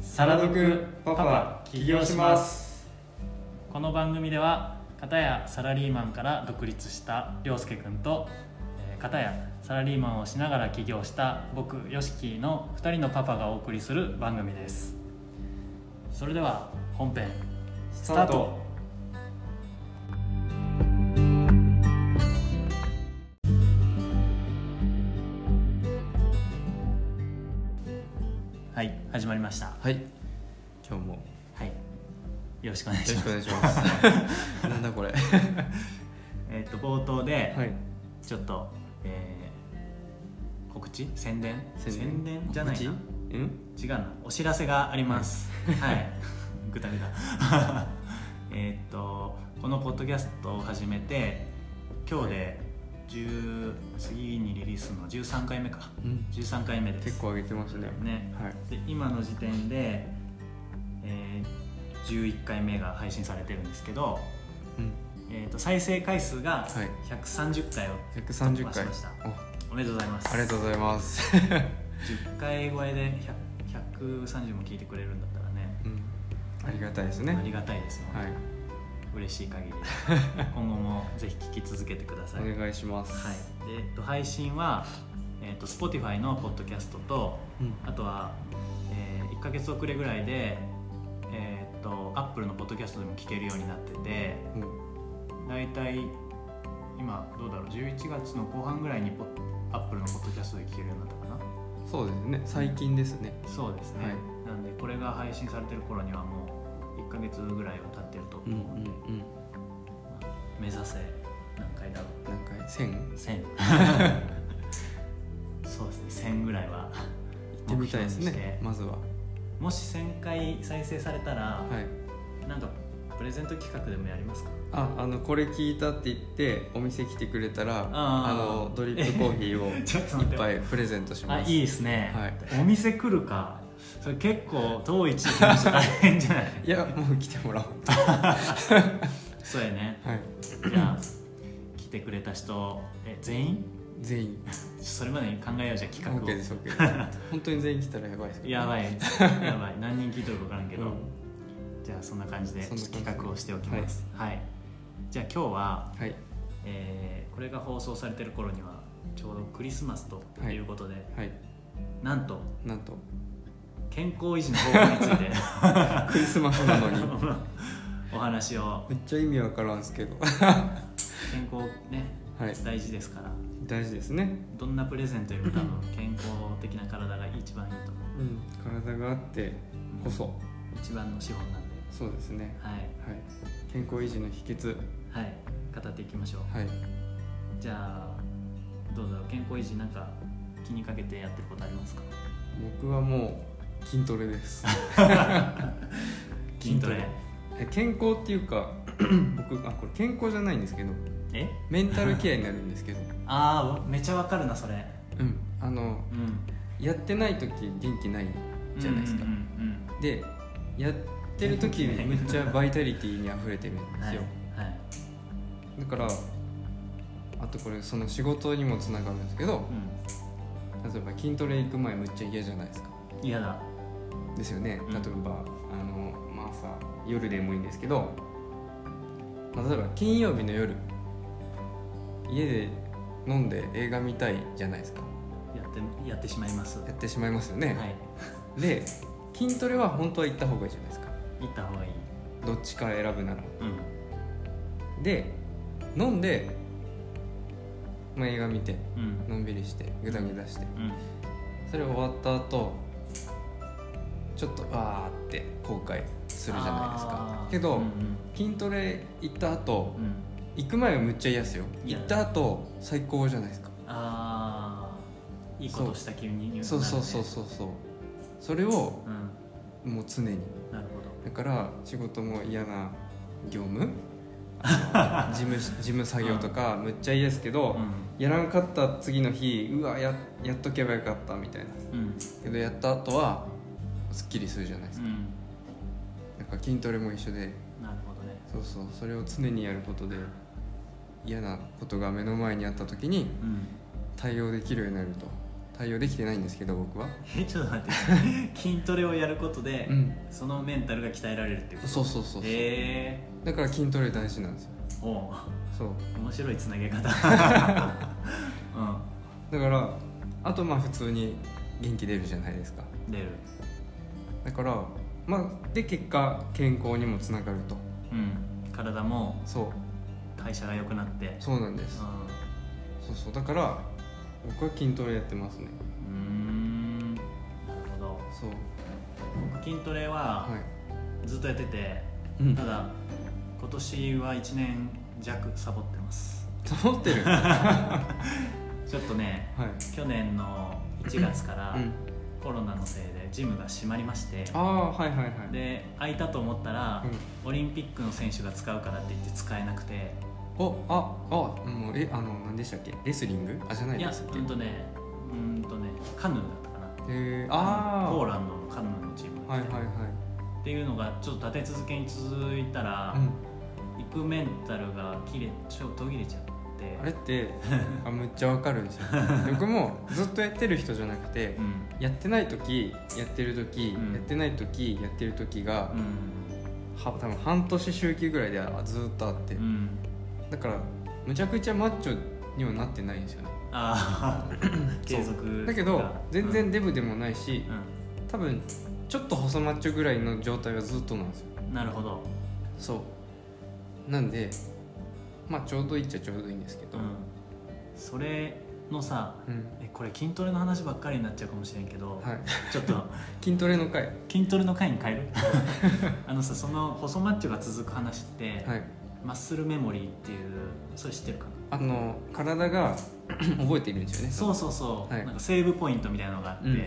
サラドくんパパ起業しますこの番組では片やサラリーマンから独立した涼介くんとえー片やサラリーマンをしながら起業した僕ヨシキーの2人のパパがお送りする番組ですそれでは本編ススタターートトはい始まりましたはい今日もよはいよろしくお願いろししくますお願いしますなんだこれ えっと冒頭で、はいちょっと、えー告知宣伝宣宣伝伝じゃないなうん違うなお知らせがあり ますはい、ぐたぐた えーっとこのポッドキャストを始めて今日で10次にリリースの13回目かうん13回目です結構上げてますねねはいで今の時点で、えー11回目が配信されてるんですけど、うんえーっと再生回数がはい130回を突130破し回ましたおおめでとうございますありがとうございます 10回超えで100 130も聞いてくれるんだったらねうんありがたいですねありがたいですよ、はい嬉しい 限り今後もぜひ聞き続けてください、はいお願いしますでえっと、配信は、えっと、Spotify のポッドキャストとうんあとは、え1ヶ月遅れぐらいで、えっと Apple のポッドキャストでも聞けるようになっててうん大体今どうだろう11月の後半ぐらいにポッ Apple のポッドキャストで聞けるようになったかなそうですね最近ですねそうですね、はいなんでこれが配信されてる頃にはもう1ヶ月ぐらいは経ってると思うんうんうんで、うん目指せ何回だろう何回1000行1000 そうですね1000ぐらいはってみたいです目標にしねてまずはもし1000回再生されたら、はいなんかプレゼント企画でもやりますかああのこれ聞いたって言ってお店来てくれたらあーあのドリップコーヒーを ちょっとい待っってぱいプレゼントしあますいいですね、はいお店来るかそれ結構遠い地域の人大変じゃないいやもう来て もらおうとそうやねはいじゃあ来てくれた人え全員全員それまでに考えようじゃあ企画 OK をです OK です 本当に全員来たらやばいですけどや ばいやばい何人聞いとるか分からんけど、うんじゃあそんな感じでそんな感じで企画をしておきますはい、じゃあ今日は、はいえーこれが放送されてる頃にはちょうどクリスマスということで、はいなんとなんと健康維持の方法についてクリスマスなのに お話をめっちゃ意味わからんすけど 健康ねはい大事ですから大事ですねどんなプレゼントよりも多分健康的な体が一番いいと思ううん体があってこそ一番の資本なんでそうですねはいはい健康維持の秘訣はい語っていきましょうはいじゃあどうだろう健康維持なんか気にかけてやってることありますか僕はもう筋トレです筋トレえ健康ってい うか僕あこれ健康じゃないんですけどえメンタルケアになるんで すけどああめちゃわかるなそれうんあのうんやってない時元気ないじゃないですか、うんうんでやってる時めっちゃバイタリティに溢れてるんでうんはすいよ、はいだからあとこれその仕事にもつながるんですけど例えば筋トレ行く前むっちゃ嫌じゃないですかうん嫌だですよねうん例えば、あのまあ朝夜でもいいんですけど、まあ、例えば金曜日の夜家で飲んで映画見たいじゃないですかやってやってしまいますはやってしまいますよね、いで筋トレは本当は行った方がいいじゃないですか行った方がいいどっちから選ぶならうんで飲んで、まあ、映画見てうんのんびりしてぐだぐだしてうんそれ終わった後ちょっとわーって後悔するじゃないですあかーけど、うん筋トレ行った後うんうん行く前はむっちゃ嫌っすよいや行った後最高じゃないですかああいいことした気になるねそうそうそうそうそうそれをうんもう常になるほどだから仕事も嫌な業務あ の事務事務作業とかむっちゃ嫌ですけど、うやらんかった次の日うわややっとけばよかったみたいなんうんけどやった後はすっきりするじゃないですうか、んなんか筋トレも一緒でなるほどねそうそうそれを常にやることで嫌なことが目の前にあった時にうん対応できるようになると対応できてないんですけど僕は、え ちょっと待って 筋トレをやることで、うん、そのメンタルが鍛えられるっていうことそうそうそうそうへえだから筋トレ男子なんですよおうそう面白いつなげ 方だからあとまあ普通に元気出るじゃないですかうん出るだからまあで結果健康にもつながるとうん体もそう代謝が良くなってそうなんですうそうそうだから僕は筋トレやってますねんうーんなるほどそう僕筋トレははいずっとやってて、うんただ今年は1年弱サボってますサボっ てるはちょっとね去年の1月かい、らうん、コロナのせいでジムが閉まりまして、ああはいはいはいで空いたと思ったら、オリンピックの選手が使うからって言って使えなくてうん、おああもうえあの何でしたっけレスリングあじゃないいやですっうけんとねうんとねカヌーだったかなえー、ああポーランドのカヌーのチームがはい来はていはいっていうのがちょっと立て続けに続いたら、うん行くメンタルが切れちょっと途切れちゃってあれって あむっちゃわかるんですよ僕もずっとやってる人じゃなくてうんやってない時やってる時、うんやってない時やってる時がう、んは多分半年周期ぐらいであずっとあって、うんだからむちゃくちゃマッチョにはなってないんですよねあ あ継続だけどが全う然んデブでもないし、多分ちょっと細マッチョぐらいの状態はずっとなんですようんなるほど、そうなんでまあちょうどいいっちゃちょうどいいんですけうど、ん、それのさうんえこれ筋トレの話ばっかりになっちゃうかもしれんけど、はい、ちょっと筋トレの回はい筋トレの回に変える あのさその細マッチョが続く話って、マッスルメモリーっていうそれ知ってるかなあの体が 覚えているんですよねそうそうそう、はいなんかセーブポイントみたいなのがあって、うん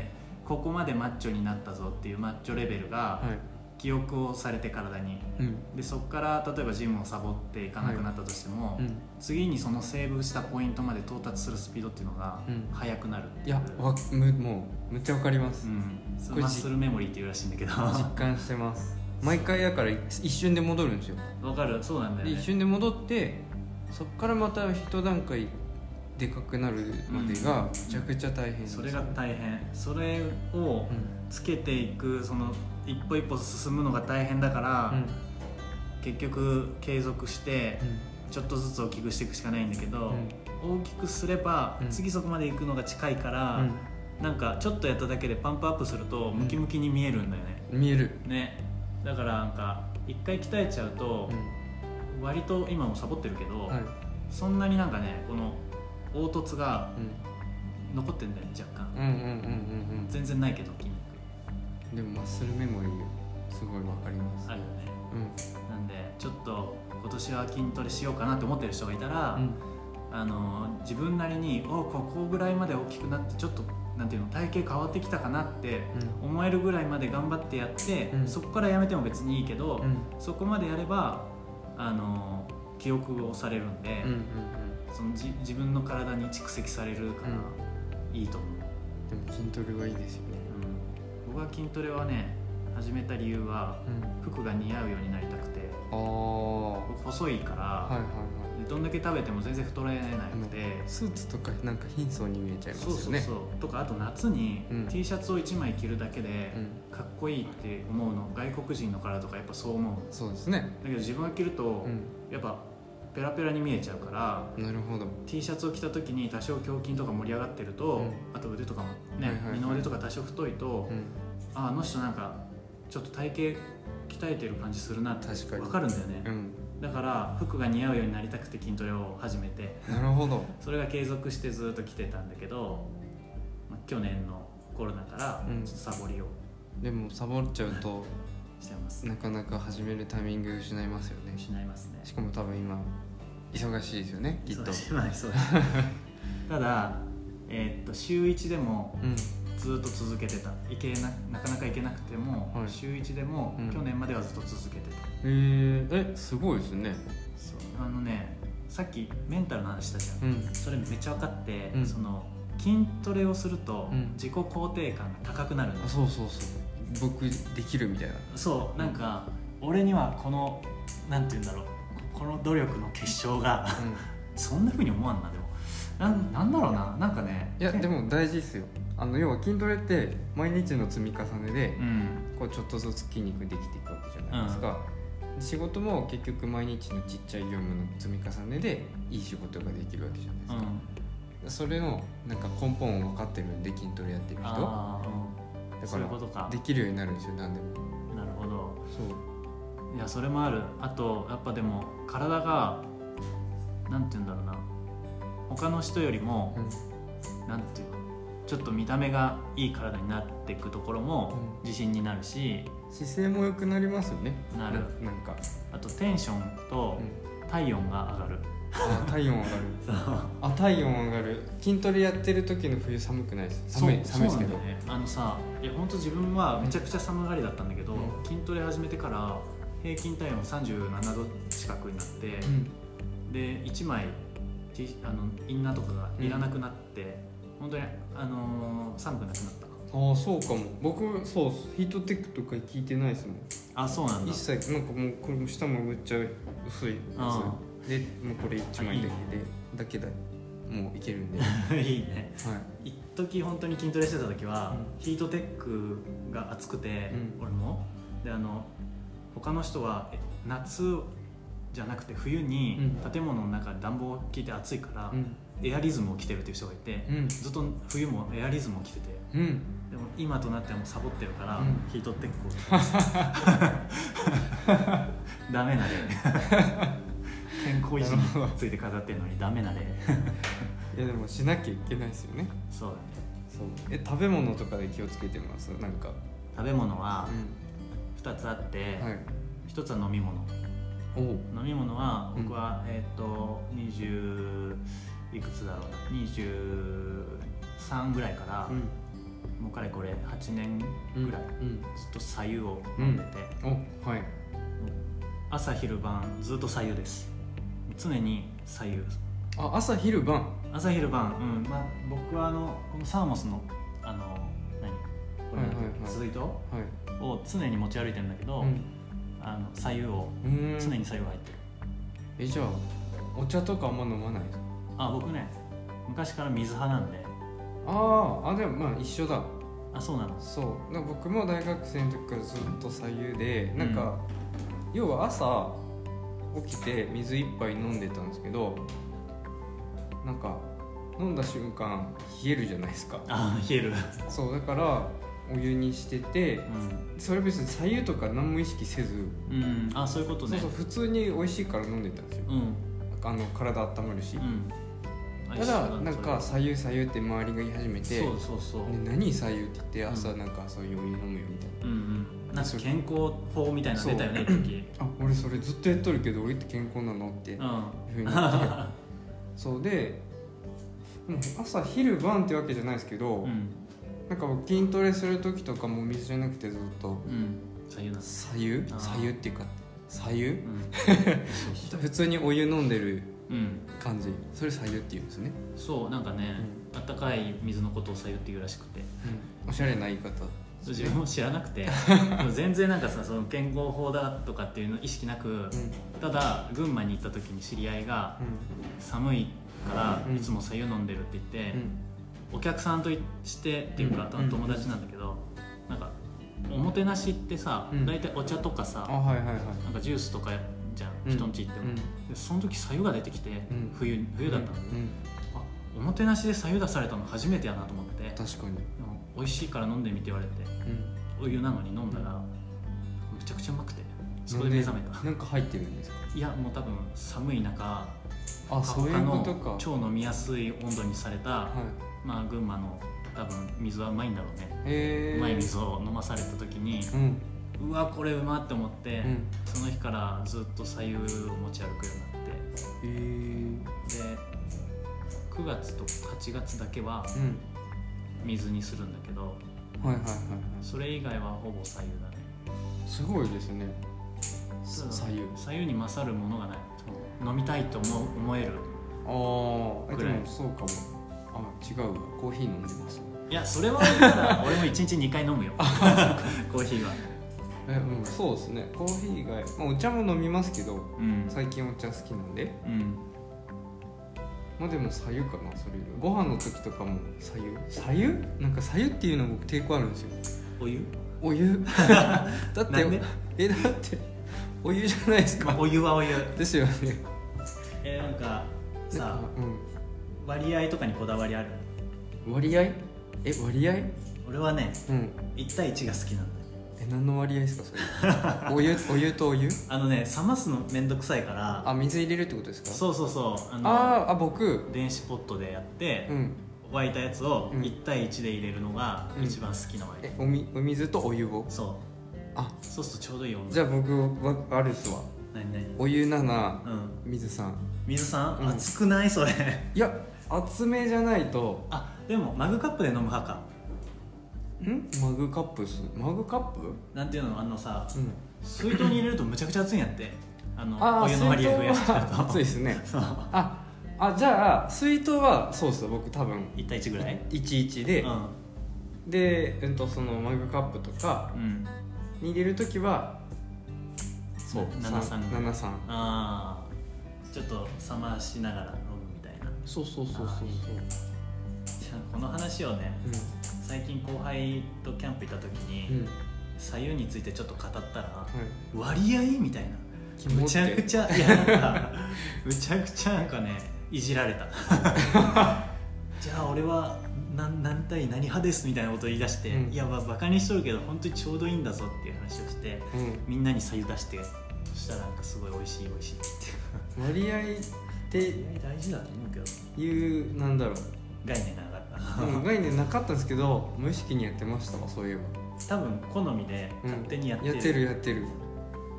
ここまでマッチョになったぞっていうマッチョレベルがはい記憶をされて体にうんでそこから例えばジムをサボっていかなくなったとしても、うん次にそのセーブしたポイントまで到達するスピードっていうのがうん速くなるっていいう、やわむもうむっちゃわかりまうす、ん、それこれマッスルメモリーっていうらしいんだけ ど実感してます毎回だからい一瞬で戻るんですよわかるそうなんだよでね一瞬で戻ってそっからまた一段階でかくなるまでがめちゃくちゃ大変です、それが大変それをうんつけていくその一歩一歩進むのが大変だから、うん結局継続してうんちょっとずつ大きくしていくしかないんだけど、大きくすればうん次そこまで行くのが近いから、うんなんかちょっとやっただけでパンプアップするとムキムキに見えるんだよね、うん見える、ねだからなんか一回鍛えちゃうとうん、割と今もサボってるけど、はい、そんなになんかねこの凹凸がうん残ってんだよね若干うんうんうんうん全然ないけど筋肉うんでもマッスルメモリーすごいわかりますあるよねうなんでちょっと今年は筋トレしようかなって思ってる人がいたら、んあの自分なりにおここぐらいまで大きくなってちょっとなんていうの体型変わってきたかなって思えるぐらいまで頑張ってやって、うんそこからやめても別にいいけど、うんうんそこまでやればあの記憶をされるんで、うんうんそのじ自分の体に蓄積されるから、いいと思う、うんでも筋トレはいいですよねうん、僕は筋トレはね始めた理由はうん服が似合うようになりたくてああは僕細いから、いはいはでどんだけ食べても全然太れなくて、いスーツとかなんか貧相に見えちゃいまそうすそようねそうとかあと夏にうん T シャツを1枚着るだけでうんかっこいいって思うの外国人の体とかやっぱそう思うそうですねだけど自分が着るとうやっぱペラペラに見えちゃうからんなるほど T シャツを着た時に多少胸筋とか盛り上がってると、うんあと腕とかもはね、いはいはい二の腕とか多少太いと、うんああの人なんかちょっと体型鍛えてる感じするなって確かに分かるんだよねうんだから服が似合うようになりたくて筋トレを始めてなるほどそれが継続してずっと来てたんだけど、まあ、去年のコロナからうんちょっとサボりをでもサボっちゃうとしてます、なかなか始めるタイミング失いますよね失いますねしかも多分今忙しいですよねきっとそうしないそうです ただ、えーっと週1でもうんずっと続けてたいけななかなか行けなくても、はい週1でも、うん去年まではずっと続けてたえー、えすごいですねそうあのねさっきメンタルの話したじゃん、うんそれめっちゃ分かって、うんその筋トレをするとうん自己肯定感が高くなるの、あそうそうそう僕できるみたいなそうなんか俺にはこのなんて言うんだろうこの努力の結晶が うんそんなふうに思わんなでもなんなんだろうななんかねいやけんでも大事ですよあの要は筋トレって毎日の積み重ねでうんこうちょっとずつ筋肉できていくわけじゃないですか、仕事も結局毎日のちっちゃい業務の積み重ねでいい仕事ができるわけじゃないですうか、んそれのなんか根本を分かってるんで筋トレやってる人だかああそういうことからできるようになるんですよ何でもなるほどそういやそれもあるあとやっぱでも体がなんて言うんだろうな他の人よりも、なんていうのちょっと見た目がいい体になっていくところもう自信になるし、姿勢も良くなりますよねなるなんか、あとテンションとうん体温が上 がる、あ体温上がるあ体温上がる筋トレやってる時の冬寒くないです寒いそう寒いですけそどうなんだよねあのさいや本当自分はめちゃくちゃ寒がりだったんだけど、う筋トレ始めてから平均体温37度近くになって、うんで1枚 T- あのインナーとかがいらなくなって、本当にあのー寒くなくなったああそうかも僕そうヒートテックとか聞いてないですもんあそうなんだ一切なんかもうこれも下もめっちゃ薄いやあつでもうこれ1枚だけでだけだもういけるん で、はい、いいね一時本当に筋トレしてた時は、ヒートテックが熱くて、うん俺もであの他の人はえ夏じゃなくて冬にう建物の中で暖房効いて暑いから、うんエアリズムを着てるっていう人がいて、うんずっと冬もエアリズムを着ててうんでも今となってはもうサボってるから、うんヒートテックを着てます ダメな例健康維持について飾ってるのにダメな例いやでもしなきゃいけないですよねそうだねそうえ食べ物とかで気をつけてますなんか食べ物はう2つあって、んはい一1つは飲み物おう飲み物はうん僕は、えっ、と20いくつだろうな23ぐらいから、うんもうかれこれ8年うんぐらい、うんずっと白湯を飲んでて、おはい朝昼晩ずっと白湯です常に白湯あ朝昼晩朝昼晩、うんまあ、僕はあのこのサーモスのあの何これ、はいはいはい水筒はいを常に持ち歩いてるんだけど、うんあの左右をうーん常に左右入ってる、えじゃあお茶とかあんま飲まないあ僕ね昔から水派なんであーあでもまあ一緒だあそうなのそうなんか僕も大学生の時からずっと左右でなんか、要は朝起きて水一杯飲んでたんですけどなんか飲んだ瞬間冷えるじゃないですかあ冷える、そうだからお湯にしててそれ別に左右とか何も意識せず、うん、うん、あそういうことそうねそう普通に美味しいから飲んでたんですようんあの体温まるし、うんあた一緒だだなんか左右左右って周りが言い始めそてれそうそうそう、で何左右って言って朝うんなんかそういうお湯飲むよみたいなうんうんなんか健康法みたいなの出たよね一時あ俺それずっとやっとるけど俺って健康なのってうんあふう になってそうででも朝昼晩ってわけじゃないですけど、うんなんか僕筋トレする時とかも水じゃなくてずっとうん左右な左右あー左右っていうか左右うんそう普通にお湯飲んでるうん感じそれ左右って言うんですね、そうなんかね、あったかい水のことを左右って言うらしくておしゃれな言い方自分も知らなくてでも全然なんかさその健康法だとかっていうの意識なくうんただ群馬に行った時に知り合いが寒いかうんらいつも左右飲んでるって言って、お客さんとしてっていうか、うん友達なんだけど、なんかおもてなしってさ、うん大体お茶とかさあはいはいはいなんかジュースとかじゃん、うん人んち行っても、うんでその時左右が出てきて、ん冬冬だったの、うん、あおもてなしで左右出されたの初めてやなと思ってで確かに、も美味しいから飲んでみて言われてうん、お湯なのに飲んだらめちゃくちゃうまくてそこで目覚めたなんか入ってるんですかいやもう多分寒い中あそういうことか他の超飲みやすい温度にされた、はいまあ群馬の多分水はうまいんだろうね、へえうまい水を飲まされた時にうんうわこれうまって思って、うんその日からずっと左右を持ち歩くようになっへえうんてで9月と8月だけは水にするんだけどはいはいはいはいそれ以外はほぼ左右だねすごいですねそう左右左右に勝るものがない飲みたいと思う思えるあーあぐでらいもそうかもあ違うわコーヒー飲んでますいやそれはだ から俺も1日2回飲むよコーヒーはえうんそうですねコーヒー以外、まあ、お茶も飲みますけどうん最近お茶好きなんでうんまあでも左右かなそれよりご飯の時とかも左右左右なんか左右っていうの僕抵抗あるんですよお湯、お湯だってなんでえだってお湯じゃないですまあ、かお湯はお湯ですよねえーなんかなさんか割合とかにこだわりあるうん、割合え割合俺はねうん1対1が好きなんだよえ何の割合ですかそれ お湯お湯とお湯あのね冷ますのめんどくさいからあ水入れるってことですかそうそうそうあのあーあ僕電子ポットでやって、うん沸いたやつをうん1対1で入れるのがうん一番好きな割合、えおみお水とお湯をそうあそうするとちょうどいい温度じゃあ僕はあるっすわ何何お湯7うん水3水さん、うん熱くないそれ いや厚めじゃないとあでもマグカップで飲む派かんマグカップっすマグカップなんていうのあのさうん水筒に入れるとむちゃくちゃ熱いんやってあのあおあ湯水の割筒合増やしてるとは熱いです ねそうああじゃあ水筒はそうっす僕多分1対1ぐらい11で、うんで、えっと、そのマグカップとかうんに入れる時はそう73 73ああちょっと冷ましながら飲むみたいなそうそうそうそうそうあーいいじゃあこの話をね最近後輩とキャンプ行った時に、うんうんは左右についてちょっと語ったらい割合みたいな気む持ちゃくちゃいやなんかむちゃくちゃなんかねいじられ たじゃあ俺は何何対何派ですみたいなことを言い出して、うんいやばバカにしとるけど本当にちょうどいいんだぞっていう話をしてうんみんなに左右出してそしたらなんかすごい美味しい美味しいって割合っていう大事だと思うけどいうなんだろう概念が上がっうんた概念なかったんですけど無意識にやってましたわそういえば、多分好みでうん勝手にやってる,、やってるやってる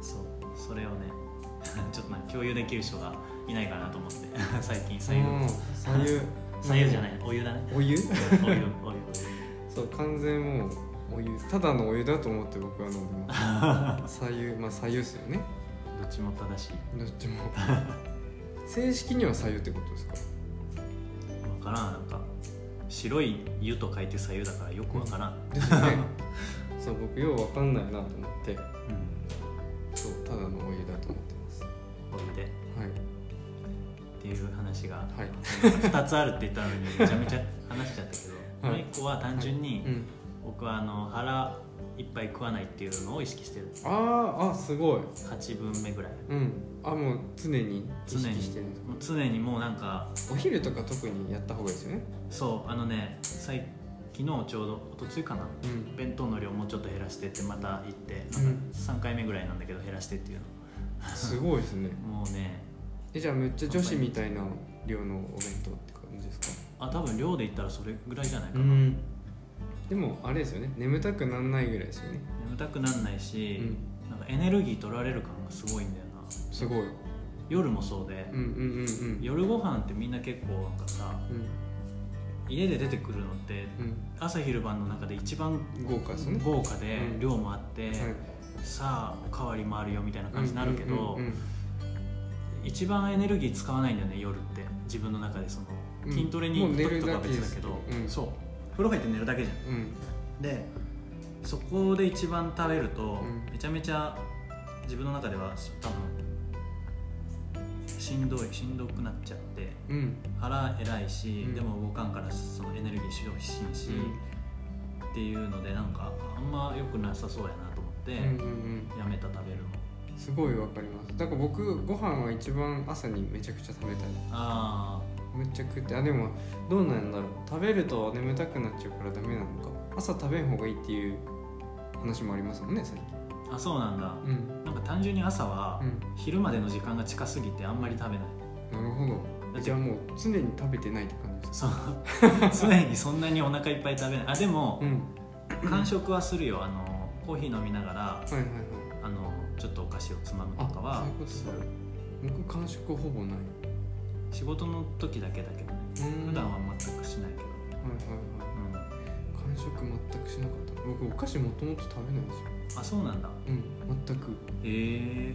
そうそれをね ちょっとなんか共有できる人がいないかなと思って 最近左右うん左右左右じゃないお湯だねお湯 お湯お湯そう完全もうお湯ただのお湯だと思って僕は飲んでます左右まあ左右っすよねどっちも正しいどっちも正式には左右ってことですか分からんなんか白い湯と書いて左右だからよく分からん、ですよねそう僕ようわかんないなと思ってうんそうただのお湯だと思ってますはお湯でいっていう話がはい2つあるって言ったのにめちゃめちゃ話しちゃったけど、はいもう1個は単純にうん僕はあの腹いっぱい食わないっていうのを意識してるあーあすごい8分目ぐらいうんあもう常に意常に識してるんだもう常にもうなんかお昼とか特にやった方がいいですよねそうあのね最昨日ちょうどおとついかな うん弁当の量もうちょっと減らしてってまた行ってなんかうん3回目ぐらいなんだけど減らしてっていうのすごいですねもうねえじゃあめっちゃ女子みたいな量のお弁当って感じですかあ多分量で言ったらそれぐらいじゃないかな、んでもあれですよね眠たくなんないぐらいですよね眠たくなんないし、うんなんかエネルギー取られる感がすごいんだよなすごい夜もそうで、うんうんうんうん夜ご飯ってみんな結構なんかさ家で出てくるのってうん朝昼晩の中で一番うん豪華ですね豪華でうん量もあって、はいさあおかわりもあるよみたいな感じになるけど、うんうんうん一番エネルギー使わないんだよね夜って自分の中でそのうん筋トレにもう行寝く時るとかはだけで別すだけど、うんそう風呂入って寝るだけじゃんうんでそこで一番食べると、うんめちゃめちゃ自分の中では多分しんどいしんどくなっちゃってうん腹偉いし、うんでも動かんからそのエネルギー消費しんし、っていうのでなんかあんま良くなさそうやなと思って、うんうんやめた食べるのうんすごいわかりますだから僕ご飯は一番朝にめちゃくちゃ食べたいあめっちゃ食ってあでもどうなんだろう食べると眠たくなっちゃうからダメなのか朝食べん方がいいっていう話もありますもんね最近ーあそうなんだうんなんか単純に朝はうん昼までの時間が近すぎてあんまり食べないなるほだどってじゃあもう常に食べてないって感じです そう常にそんなにお腹いっぱい食べないあでも、うん完食はするよあのコーヒー飲みながらはいはいはいあのちょっとお菓子をつまむとかはそういうことする僕感触ほぼない仕事の時だけだけどねうん普段は全くしないけど、はいはいはうん、い感触全くしなかった僕お菓子もともと食べないんですよあそうなんだうん全くへえ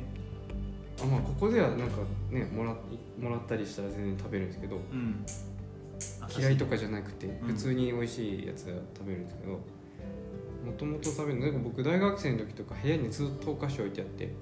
あまあここではなんかねもらもらったりしたら全然食べるんですけどうんあ嫌いとかじゃなくてん普通に美味しいやつは食べるんですけどもともと食べるのなんか僕大学生の時とか部屋にずっとお菓子置いてあって確か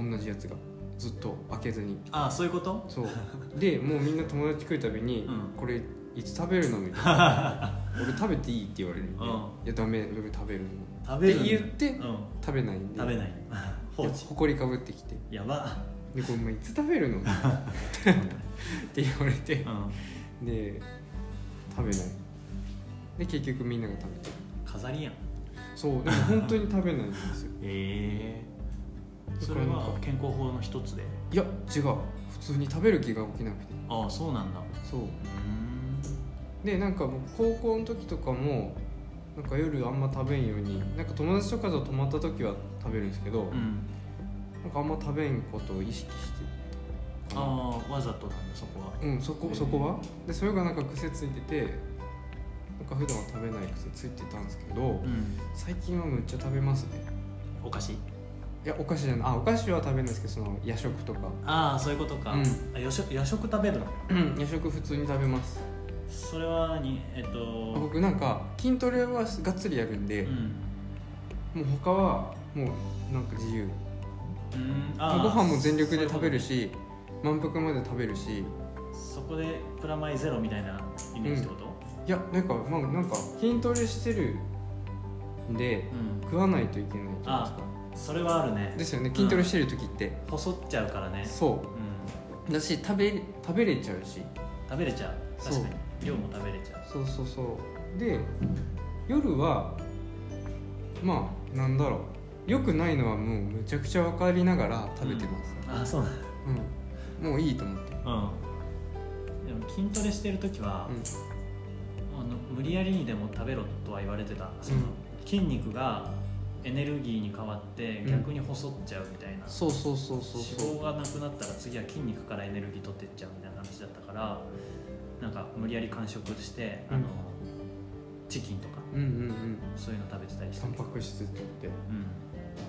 にもう同じやつがずっと開けずにああそういうこと そうでもうみんな友達来るたびに、うんこれいつ食べるの?」みた いな「俺食べていい?」って言われるんで「うんいやダメ俺食べるの食べるんだって言ってうん、」食べないんで食べない 放置ほこりかぶってきてやば、 「でこれお前いつ食 べるの? 」って言われてうん、で食べないで結局みんなが食べてる飾りやんそう でも本当に食べないんですよええだそかれらなんかは健康法の一つでいや違う普通に食べる気が起きなくてああそうなんだうそうーんでなんか僕高校の時とかもなんか夜あんま食べんようになんか友達とかと泊まった時は食べるんですけど、うんなんかあんま食べんことを意識してああわざとなんだそこはうんそこそこはでそれがなんか癖ついててなんか普段は食べない癖ついてたんですけどうん最近はめっちゃ食べますねお菓子いやお菓子じゃないあお菓子は食べないですけどその夜食とかああそういうことか、うんあ夜食夜食食べるのうん夜食普通に食べますそれはにえっあと僕なんか筋トレはがっつりやるんで、うんもう他はもうなんか自由うんごああ飯も全力で食べるそうし満腹まで食べるしいいうことそこでプラマイゼロみたいなイメージってことやなんかまあなんか筋トレしてるんでうん、食わないといけないじゃないですあかそれはあるねですよねうん筋トレしてる時って、細っちゃうからねそうんうだし食べ食べれちゃうし食べれちゃうそう確かに量も食べれちゃうそうそうそうで夜はまあなんだろう良くないのはもうむちゃくちゃ分かりながら食べてます、あそうなんだうんもういいと思って、うんでも筋トレしてる時は、あの無理やりにでも食べろとは言われてたその、筋肉がエネルギーに変わってうん逆に細っちゃうみたいな、そうそうそうそう脂そう肪がなくなったら次は筋肉からエネルギー取ってっちゃうみたいな話だったからなんか無理やり間食して、あのうんチキンとかうんうんうんそういうの食べてたりしてタンパク質とってう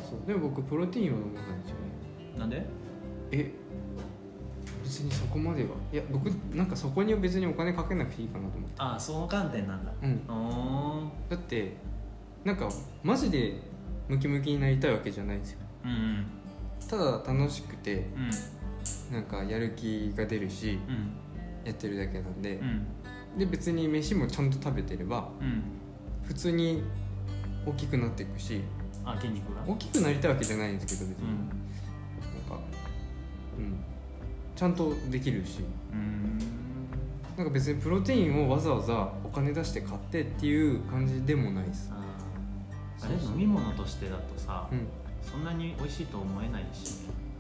そうでも僕プロテインは飲まないんですよねんなんでえ別にそこまではいや僕なんかそこに別にお金かけなくていいかなと思ってああその観点なんだうんうーんだってなんかマジでムキムキになりたいわけじゃないんですようんただ楽しくてうんなんかやる気が出るしうんやってるだけなんでう、んで別に飯もちゃんと食べてればうん普通に大きくなっていくしあ筋肉が大きくなりたいわけじゃないんですけど別うに、んなんかうんちゃんとできるしうんなんか別にプロテインをわざわざお金出して買ってっていう感じでもないですあーあそれうそう飲み物としてだとさ、うんそんなに美味しいと思えないし、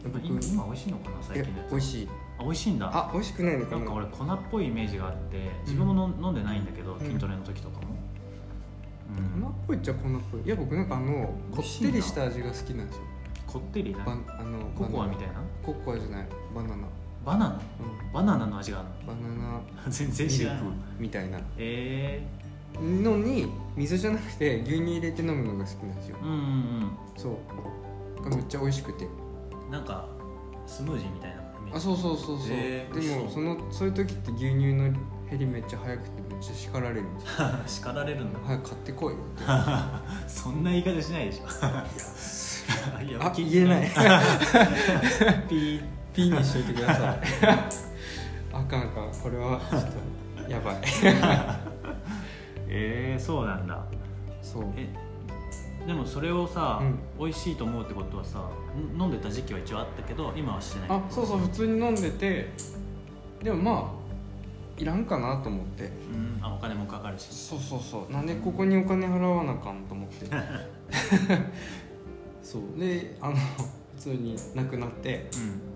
僕今今美味しいのかな最え近のやつ美味しいあ美味しいんだあ美味しくないのかななんか俺粉っぽいイメージがあって自分もの、飲んでないんだけどん筋トレの時とかも、うん粉っぽいっちゃ粉っぽいいや僕なんかあの美こ味しいっなてりした味が好きなんですよこってりなバンあのココアバナナみたいなココアじゃないバナナバナうナバナナの味があるんバナナの 全ミ然ル知クらないみたいなえのに水じゃなくて牛乳入れて飲むのが好きなんですよー、うんうんそうめっちゃ美味しくてうんなんかスムージーみたいなイメージあそうそうそうそう、へーで美味しもそそうのそういう時って牛乳の減りめっちゃ早くてめっちゃ叱られるんですよ 叱られるんだ早く買ってこいよってそんな言い方しないでしょ いあ言えない ピーピーにしといてください あかんあかんこれはちょっとや ばいえー、そうなんだそうえでもそれをさ、うん美味しいと思うってことはさん飲んでた時期は一応あったけど今はしてないあそうそう普通に飲んでてでもまあいらんかなと思ってうんあお金もかかるしそうそうそうなんでここにお金払わなあかんと思って そうであの普通になくなって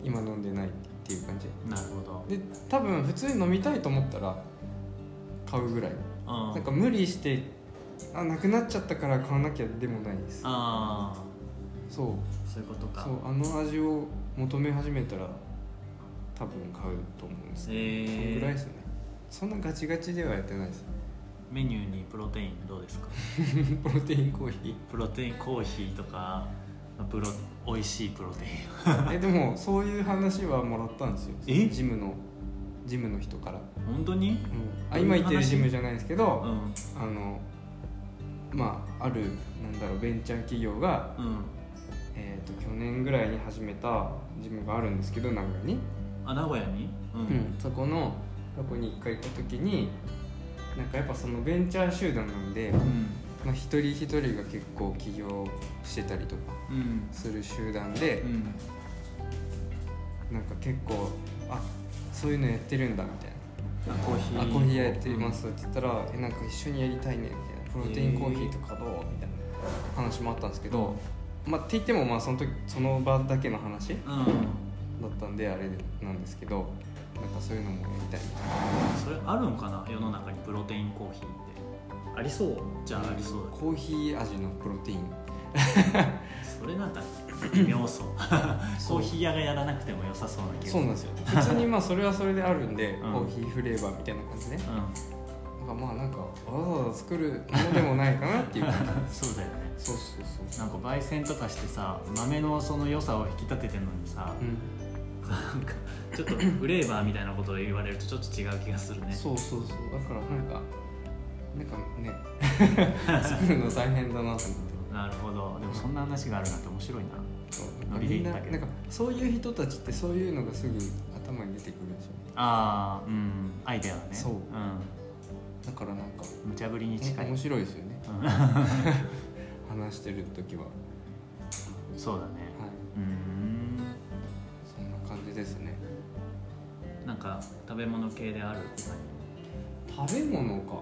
う今飲んでないっていう感じんなるほどで多分普通に飲みたいと思ったら買うぐらいあなんか無理してあなくなっちゃったから買わなきゃでもないですあそうーそういうことかそうあの味を求め始めたら多分買うと思うんですえね、そのぐらいでーすねそんなガチガチではやってないです メニューにプロテインどうですかプロテインコーヒプロテインコーヒーとかプロ美味しいプロテインー えでもそういう話はもらったんですよえジムのジムの人から、本当にうん、あどういう今行ってる話ジムじゃないんですけど、うんあのまああるなんだろうベンチャー企業が、うんえー、と去年ぐらいに始めたジムがあるんですけど名古屋に、あ名古屋にうう、ん、そこのとこに一回行った時になんかやっぱそのベンチャー集団なんで、うんまあ、一人一人が結構起業してたりとかうんする集団でう、んなんか結構あそういうのやってるんだみたいなあコーヒーあコーヒー屋やってますって言ったら「えなんか一緒にやりたいね」みたいな「プロテインコーヒーとかどう?」みたいな話もあったんですけど、まあ、って言ってもまあその時その場だけの話だうんったんであれなんですけどなんかそういうのもやりたいみたいそれあるのかな世の中にプロテインコーヒーってありそうじゃあありそうだなコーヒー味のプロテインけどそれ なんか妙そうコーヒー屋がやらなくても良さそうな気がするそうなんです よ別にまあそれはそれであるんで、うんコーヒーフレーバーみたいな感じねうなんかまあなんかわざわざ作るものでもないかなっていう 感じんそうだよねそうそうそうなんか焙煎とかしてさ豆のその良さを引き立ててるのにさ、うんなんかちょっとフレーバーみたいなことを言われるとちょっと違う気がするねそうそうそうだからなんかなんかね作るの大変だなと思ってなるほどでもそんな話があるなんて面白いなそうノリでみん言なったなんけどかそういう人たちってそういうのがすぐ頭に出てくるでしあーうんアイデアはねそうんょだからなんか無茶ぶりに近い、う面ん、白いですよね話してる時ははいそうだねうーんそんな感じですねなんか食べ物系である食べ物か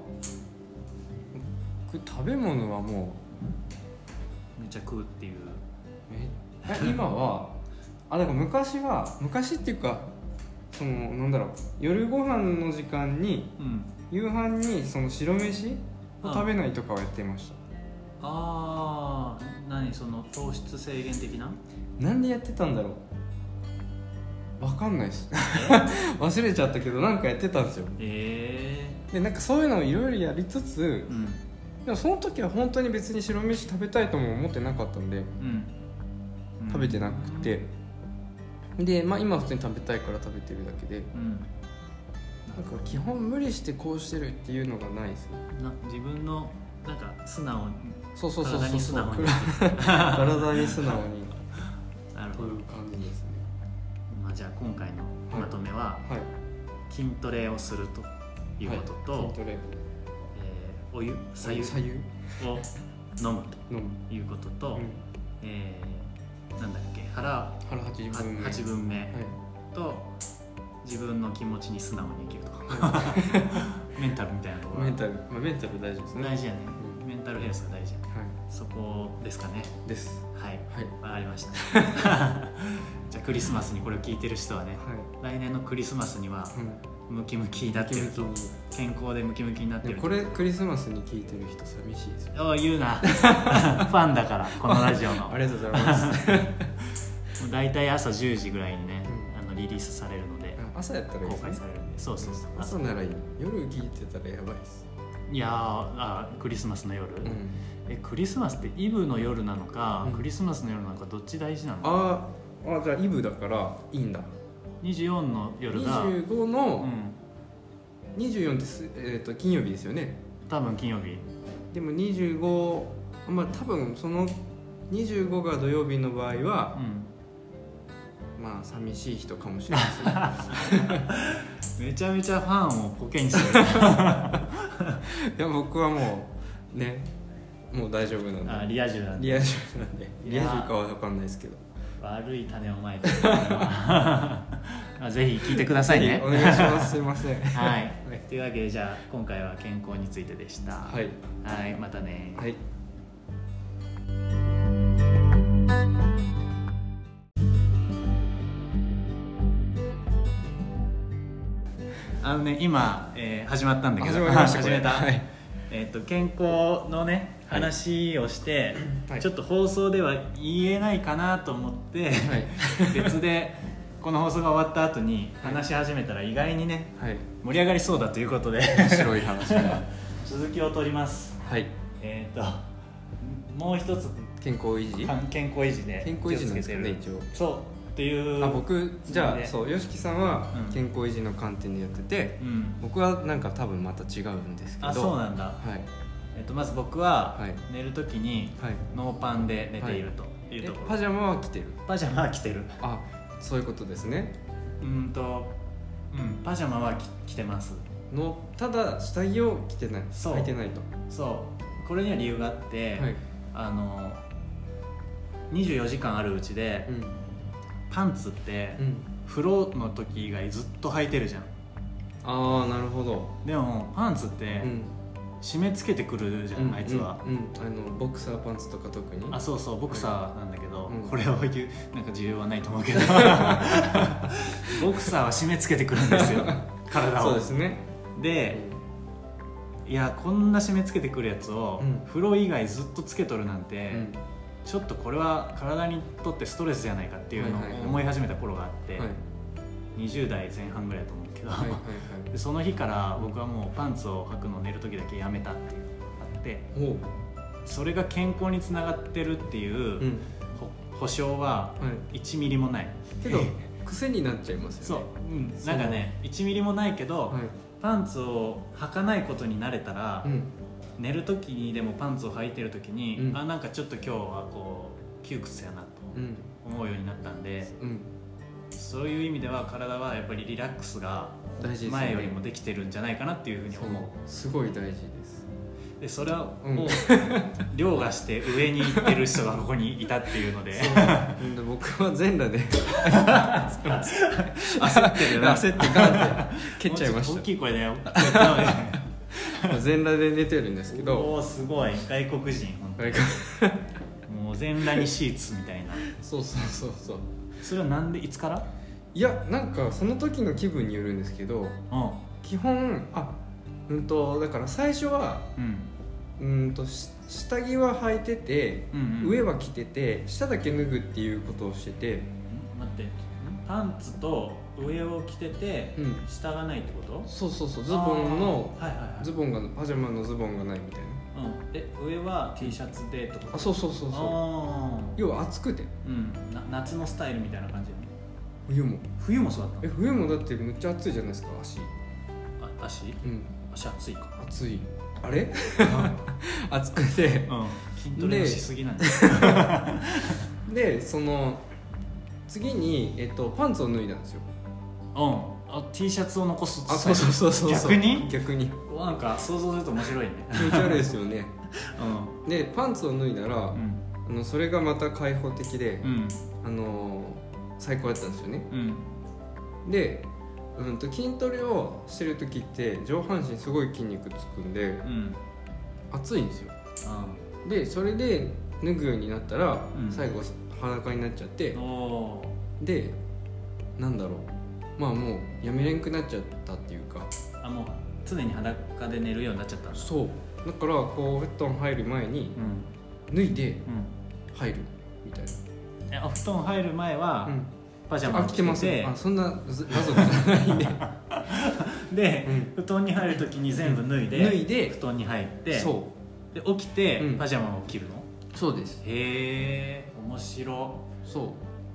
僕食べ物はもめっちゃ食うっていううめえ今はあだから昔は昔っていうかそのなんだろう夜ご飯の時間にうん夕飯にその白飯を食べないとかはやってましたあー何その糖質制限的ななんでやってたんだろうわかんないっす 忘れちゃったけどなんかやってたんですよえでなんかそういうのをいろいろやりつつえうんでもその時は本当に別に白飯食べたいとも思ってなかったんでうん食べてなくてでまあ今普通に食べたいから食べてるだけでうんなんか基本無理してこうしてるっていうのがないですねな自分のなんか素直にそうそうそう体そうに素直に 体に素直になるとほいどう感じですねまあ、じゃあ今回のまとめははい筋トレをするということと、はい筋トレえーお湯左右左右を飲む飲むということと、うんえーなんだっけ腹腹八分目8分目はいと自分の気持ちに素直に生きるとメンタルみたいなところメンタル、まあ、メンタル大事ですね。大事やねうんメンタルヘルスが大事やねはそこですかねい。です。はいはい。はい。わかりました じゃあクリスマスにこれを聞いてる人はね来年のクリスマスにはうん。ムキムキになってるムキとムキ健康でムキムキになってでるともこれクリスマスに聞いてる人寂しいですよ。おい言う なファンだからこのラジオのありがとうござい ます。もう大体朝10時ぐらいにね、うんあのリリースされるので朝やったら公いいですね開。されるんでそうそうそう朝ならいい。夜聞いてたらやばいです。いやーあークリスマスの夜、うん。えクリスマスってイブの夜なのか、うんクリスマスの夜なのかどっち大事なのあーあ、じゃあイブだからいいんだ。 24の夜が、うん、 25の24ってすえっ、と金曜日ですよね。多分金曜日でも25まあ多分その25が土曜日の場合はうんまあ寂しい人かもしれないですね。めちゃめちゃファンをコケにするいや僕はもうねもう大丈夫なんで あーリア充なんでリア充なんでいリやア充かは分かんないですけど悪い種をまいてる あぜひ聞いてくださいねお願いしますすいませ んはいはい、というわけでじゃあ今回は健康についてでしたははいいまたねはいあのね今、えー始まったんだけど始まりました 始めた、これはいえっと健康のねはい話をして、はいちょっと放送では言えないかなと思って、はい 別でこの放送が終わった後に話し始めたら意外にねはい盛り上がりそうだということ で面白い話が続きを取りますはいえっ、ともう一つ健康維持かん健康維持で健康維持なんですか気ねをつけて一応るそうっていうあ僕じゃあそそう YOSHIKI さんはうん健康維持の観点でやっててうん僕はなんか多分また違うんですけどあそうはなんだ、いえっとまず僕ははい寝る時にはいノーパンで寝ているといえうところ、パジャマは着てるパジャマは着てるあそういうことですねうんと、うん、パジャマはき着てますのただ下着を着てないそう履いてないとそうこれには理由があって、はい、あの24時間あるうちでうんパンツってうん、風呂の時以外ずっと履いてるじゃんああなるほど、でもパンツってうん締め付けてくるじゃん、うんあいつは、うんうんあのボクサーパンツとか特にあそうそうボクサーなんだけど、うんこれを言うなんか需要はないと思うけ どボクサーは締め付けてくるんです よ体をそうですねでいやこんな締め付けてくるやつを、うん風呂以外ずっとつけとるなんて、うんちょっとこれは体にとってストレスじゃないかっていうのをはいはいはい思い始めた頃があっはて、いはい20代前半ぐらいだと思うけど、はいはでその日から僕はもうパンツを履くのを寝る時だけやめたっていうのがあっていおうそれが健康につながってるっていう、うんほ保証ははい1ミリもないけど癖になっちゃいます そうよね、うん、なんかね1ミリもないけど、はいパンツを履かないことに慣れたら、うん寝る時にでもパンツを履いてる時に、うんあなんかちょっと今日はこう窮屈やなとうん思うようになったんでうんそういう意味では体はやっぱりリラックスが大事ですね前よりもできてるんじゃないかなっていうふうにそう思うすごい大事ですでそれを、うんを凌駕して上に行ってる人がここにいたっていうの でで僕は全裸で焦ってるな焦ってガーって蹴っちゃいもうまょっと大しきい声で言ったのでた 全裸で寝てるんですけどおーすごい外国人ほんとはいもう全裸にシーツみたいなそうそうそうそうそれはなんでいつからいやなんかその時の気分によるんですけどう基本あうんとだから最初はんうんうんとし下着は履いててうんうん上は着てて下だけ脱ぐっていうことをしててん待ってんパンツと上を着てて、うん下がないってことそうそうそうズボンのあーはいはいはいズボンがパジャマのズボンがないみたいうなん、え上は T シャツでってことあそうそうそうそうあー要は暑くてうんな夏のスタイルみたいな感じよね冬も冬もそうだったえの冬もだってむっちゃ暑いじゃないですか足あ足うん足暑いか暑いあれ 暑くてうん筋トレをしすぎなんですでその次に、えっと、パンツを脱いだんですようんあ T シャツを残すあそうそうそうそう逆に逆になんか想像すると面白いね気持ち悪いですよ ねでパンツを脱いだら、うんうんあのそれがまた開放的で、うんあのー最高だったんですよねうんで、うん、と筋トレをしてる時って上半身すごい筋肉つくんでうん暑いんですよあでそれで脱ぐようになったら、うん最後裸になっちゃってーおーでなんだろうまあもうやめれんくなっちゃったっていうかあもう常に裸で寝るようになっちゃったんだそうだからこう布団入る前にうん脱いでう入るみたいんえお布団入る前はな、うん、パジャマあを着着ててますてあそんなず謎じゃない んでで、う布団に入る時に全部脱いで脱いで布団に入ってそで起きて、うんパジャマを着るのうそうですへえ面白そ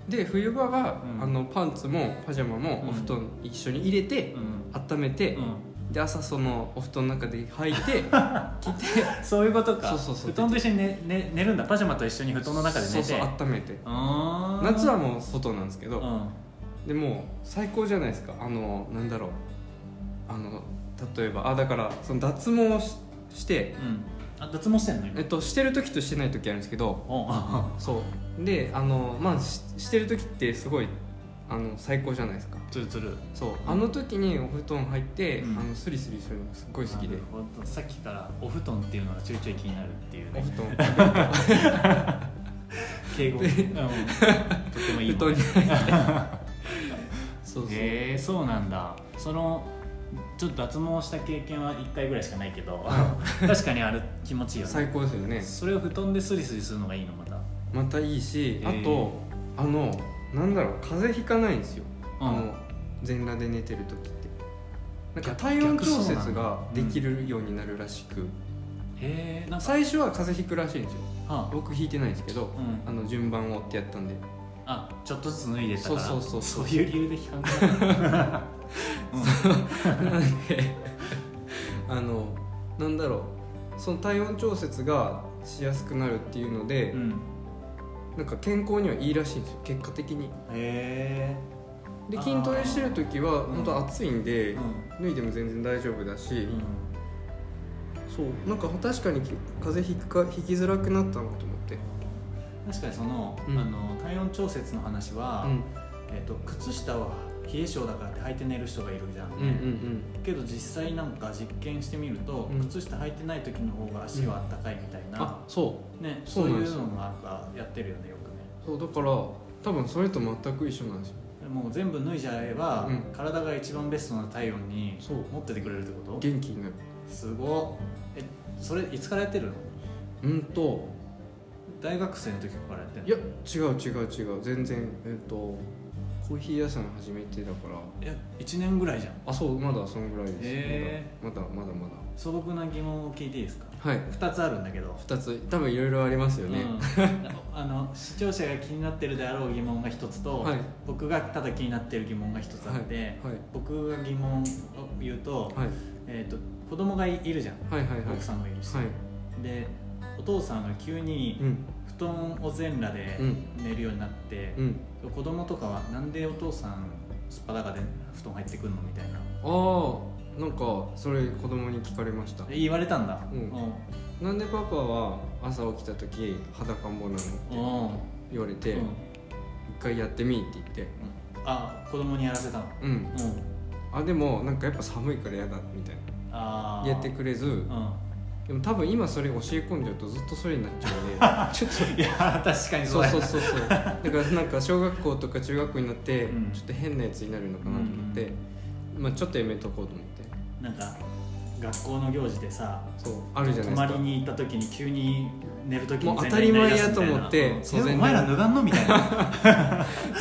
うで冬場は、うんあのパンツもパジャマうんもお布団一緒に入れて、うん、温めて、うん、で朝そのお布団の中で履い て着てそういうことかそうそうそう布団と一緒に寝寝寝るんだパジャマと一緒に布団の中で寝てそうそう温めてあー夏はもう外なんですけど、うんでもう最高じゃないですかあのなんだろうあの例えばあだからその脱毛をしして、うんあ脱毛してんの今えっと、してる時としてない時あるんですけどお うそうであのまあししてる時ってすごいあの最高じゃないですかつるつるそうあの時にお布団入って、うんあのスリスリするのがすっごい好きでなるほどさっきからお布団っていうのがちょいちょい気になるっていうおね布団 敬 語、うん、とてもいい布もん団に入ってそうそう、へえそうなんだそのちょっと脱毛した経験は1回ぐらいしかないけど確かにあれ気持ちいいよね最高ですよねそれを布団でスリスリするのがいいのまたまたいいしへあーとあのなんだろう風邪ひかないんですよ、うんあの全裸で寝てる時ってなんか逆体温調逆そ節うんがだできるようになるらしく、へえなんか最初は風邪ひくらしいんですよあ僕ひいてないんですけど、うんあの順番を追ってやったんで あちょっとずつ脱いでたからそうそうそうそういう理由で聞かんかったなんであのなんだろうその体温調節がしやすくなるっていうので、うんなんか健康にはいいらしいんですよ結果的にへであー筋トレしてる時はうん本当暑いんで、えう脱いでも全然大丈夫だし、んそうなんか確かにき風邪ひくか引きづらくなったなと思って確かにその,、うんあの体温調節の話は、うんえっと靴下は冷え性だからって履いて寝る人がいるじゃん、うんうんけど実際なんか実験してみると、うん靴下履いてない時の方が足はあったかいみたいあな、そね、そそううなんいですようのがやってるよねよくねうそうだから多分それと全く一緒なんですよでもう全部脱いじゃえば、うん体が一番ベストな体温にそう持っててくれるってこと元気になるすごいえそれいつからやってるのうんと大学生の時からやってるのいや違う違う違う全然えっ、とコーヒー屋さん始めてだからいや1年ぐらいじゃんあそうまだそのぐらいです、へまだまだまだま素朴な疑問を聞いていいですかだはい2つあるんだけど、 2つ多分いろいろありますよね、うん、あの 視聴者が気になってるであろう疑問が1つと、はい僕がただ気になってる疑問が1つあって、はい僕が疑問を言うと,、はいえー、と子供がいいるじゃんはいはいはい奥さんもいるし、はいでお父さんが急にうん布団を全裸でうん寝るようになってう、ん子供とかはなんでお父さんすっぱだかで布団入ってくんのみたいなああなんかそれ子供に聞かれましたえ言われたんだうんなんでパパは朝起きた時裸んぼなのうんうん言われて、うん一回やってみって言ってあ子供にやらせたのうんうんあでもなんかやっぱ寒いから嫌だみたいあなあやってくれずうん でも多分今それ教え込んじゃうとずっとそれになっちゃうんでちょっといや確かにそ そううやそうそうそうだからなんか小学校とか中学校になって、うんちょっと変なやつになるのかなと思って、まあ、ちょっとやめとこうと思ってなんか学校の行事でさそうあるじゃ泊なまいでりすかに行った時に急に寝る時にもう全裸になりだすみたいな当たり前やと思ってうんそそううお前ら脱がんのみたいな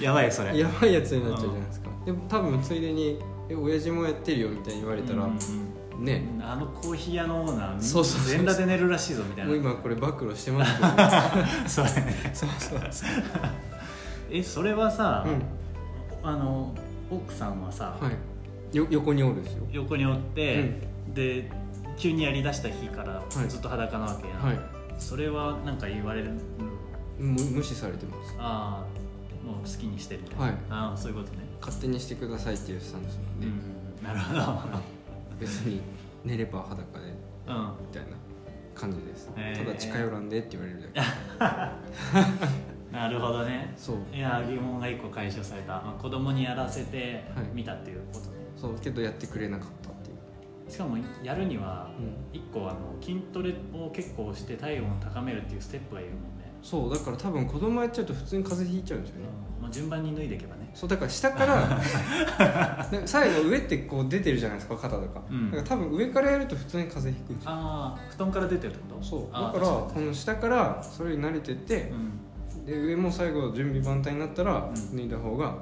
やばいそれ やばいやつになっちゃうじゃないですか、でも多分ついでに「え親父もやってるよ」みたいに言われたら、うんねうんあのコーヒー屋のオーナーそうそうそう全裸で寝るらしいぞみたいもうな今これ暴露してますけどそうだね そうそうそう えそれはさ、うんあの奥さんはさ、はいよ横におるんですよ横におって、で急にやりだした日からいずっと裸なわけやん、はいそれはなんか言われるむ無視されてますああもう好きにしてるみたいな、はいああそういうことね、勝手にしてくださいっていうスタンスなんで、うんなるほど別に寝れば裸で うんみたいな感じです、へーただ近寄らんでって言われるだ けなるほどねそういやー疑問が一個解消された、まあ、子供にやらせてはい見たっていうことね、そうけどやってくれなかったっていう、しかもやるにはうん、一個あの筋トレを結構して体温を高めるっていうステップがいるもんね、そうだから多分子供やっちゃうと普通に風邪ひいちゃうんですよね、うんまあ、順番に脱いでいけばねそうだから下から で最後上ってこう出てるじゃないですか肩とか,、うんだから多分上からやると普通に風邪ひくんですよああ布団から出てるってことそうだあーから確この下からそれに慣れてってに、で上も最後準備万端になったらうん脱いだ方がうんうん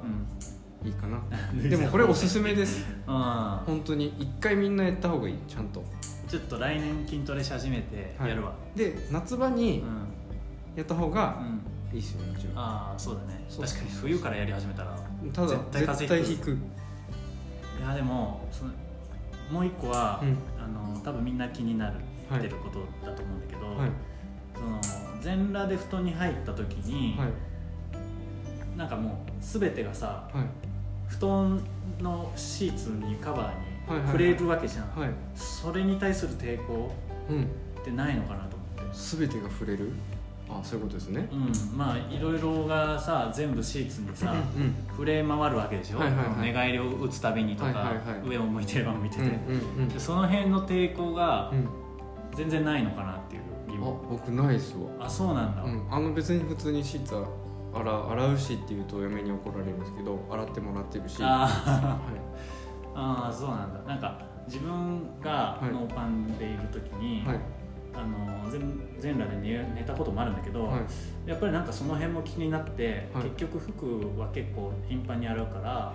いいかな、 脱いでだもこれおすすめですあ本当に一回みんなやった方がいいちゃんとーちょっと来年筋トレし始めてやるわ、で夏場うにん、やった方うがん、いいですよもちろんああそうだねそう確かに冬からやり始めたらただ絶対風絶邪対引ひくくいやでもそのもう一個は、うんあの多分みんな気になる、はいってることだと思うんだけど、はいその全裸で布団に入った時に、はいなんかもう全てがさはい布団のシーツにカバはいーはいに触れるわけじゃん、はいそれに対する抵抗うんってないのかなと思って。全てが触れるあそういうことですねうん、まあいろいろがさ全部シーツにさうん触れ回るわけでしょ、はいはいはい寝返りを打つたびにとか、はいはいはい上を向いてれば向いてて、うんでその辺の抵抗がうん全然ないのかなっていう疑うんあ問僕ないっすわあそうなんだ、うんあの別に普通にシーツは洗洗うしって言うと嫁に怒られるんですけど洗ってもらってるしはあいーあーそうなんだなんか自分がはいノーパンでいる時に、はいあの全全裸で寝寝たこともあるんだけど、はいやっぱりなんかその辺も気になって、はい結局服は結構頻繁に洗うから、は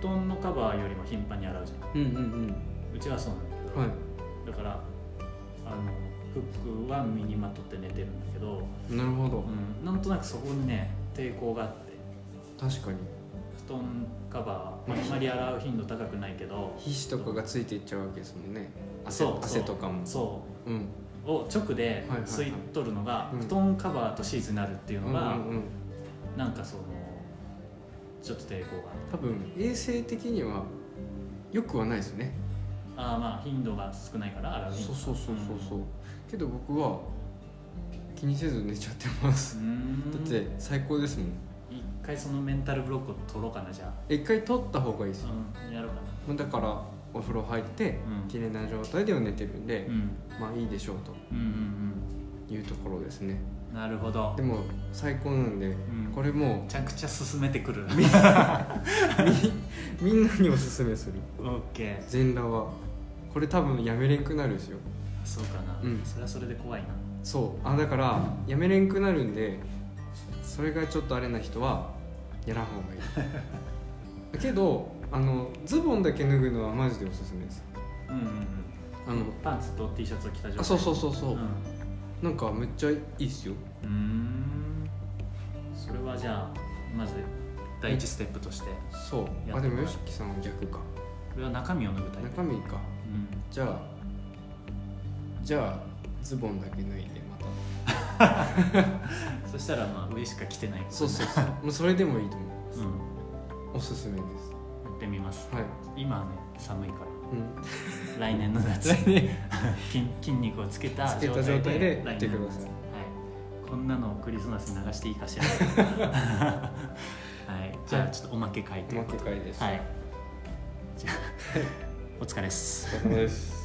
布団のカバーよりも頻繁に洗うじゃんいうんうんうんうちはそうなんだけど、はだからあの服は身にまとって寝てるんだけど、いなるほどうん、なんとなくそこにね抵抗があって確かに布団カバーあんまり洗う頻度高くないけど皮脂とかがついていっちゃうわけですもんね汗そうそう汗とかもそううんを直ではいはいはい吸い取るのがうん布団カバーとシーツになるっていうのがうんうんうんなんかそのちょっと抵抗が多分衛生的にはよくはないですよねああーまあ頻度が少ないから洗う頻そ度うそうそうそうそうけど僕は気にせず寝ちゃってますうーんだって最高ですもん一回そのメンタルブロックを取ろうかなじゃ一回取った方がいいですよあ、うん、やろうかなまあだからお風呂入ってうん綺麗な状態では寝てるんでう、んまあいいでしょううんというところですねうんうんなるほどでも最高なんで、んこれもめちゃくちゃ進めて くるうみんなにおすすめするオッケー全裸はこれ多分やめれんくなるんですよそうかな、うんそれはそれで怖いなそうあだからやめれんくなるんでそれがちょっとあれな人はやらんほうがいいけどあのズボンだけ脱ぐのはマジでおすすめですうんうんうんあのパンツと T シャツを着た状態あそうそうそうそう、うんうなんかめっちゃいいっすよーんそれはじゃあまず第一ステップとしてそうやあっでてもらもう y o s さんは逆かこれは中身を脱ぐタイプ中身かうんじゃあじゃあズボンだけ脱いでまたそしたらまあ上しか着てないことそうそうそう もうそれでもいいと思ううんおすすめですやってみますはい、今はね寒いからうん、来年の夏筋筋肉をつけたつけ状た態状で態で来来て年くのださいはい、こんなのをクリスマスに流していいか しらはいじゃあちょっとおまけ会おといまうこけとで会です、はいじゃあお疲れっすお疲れ様です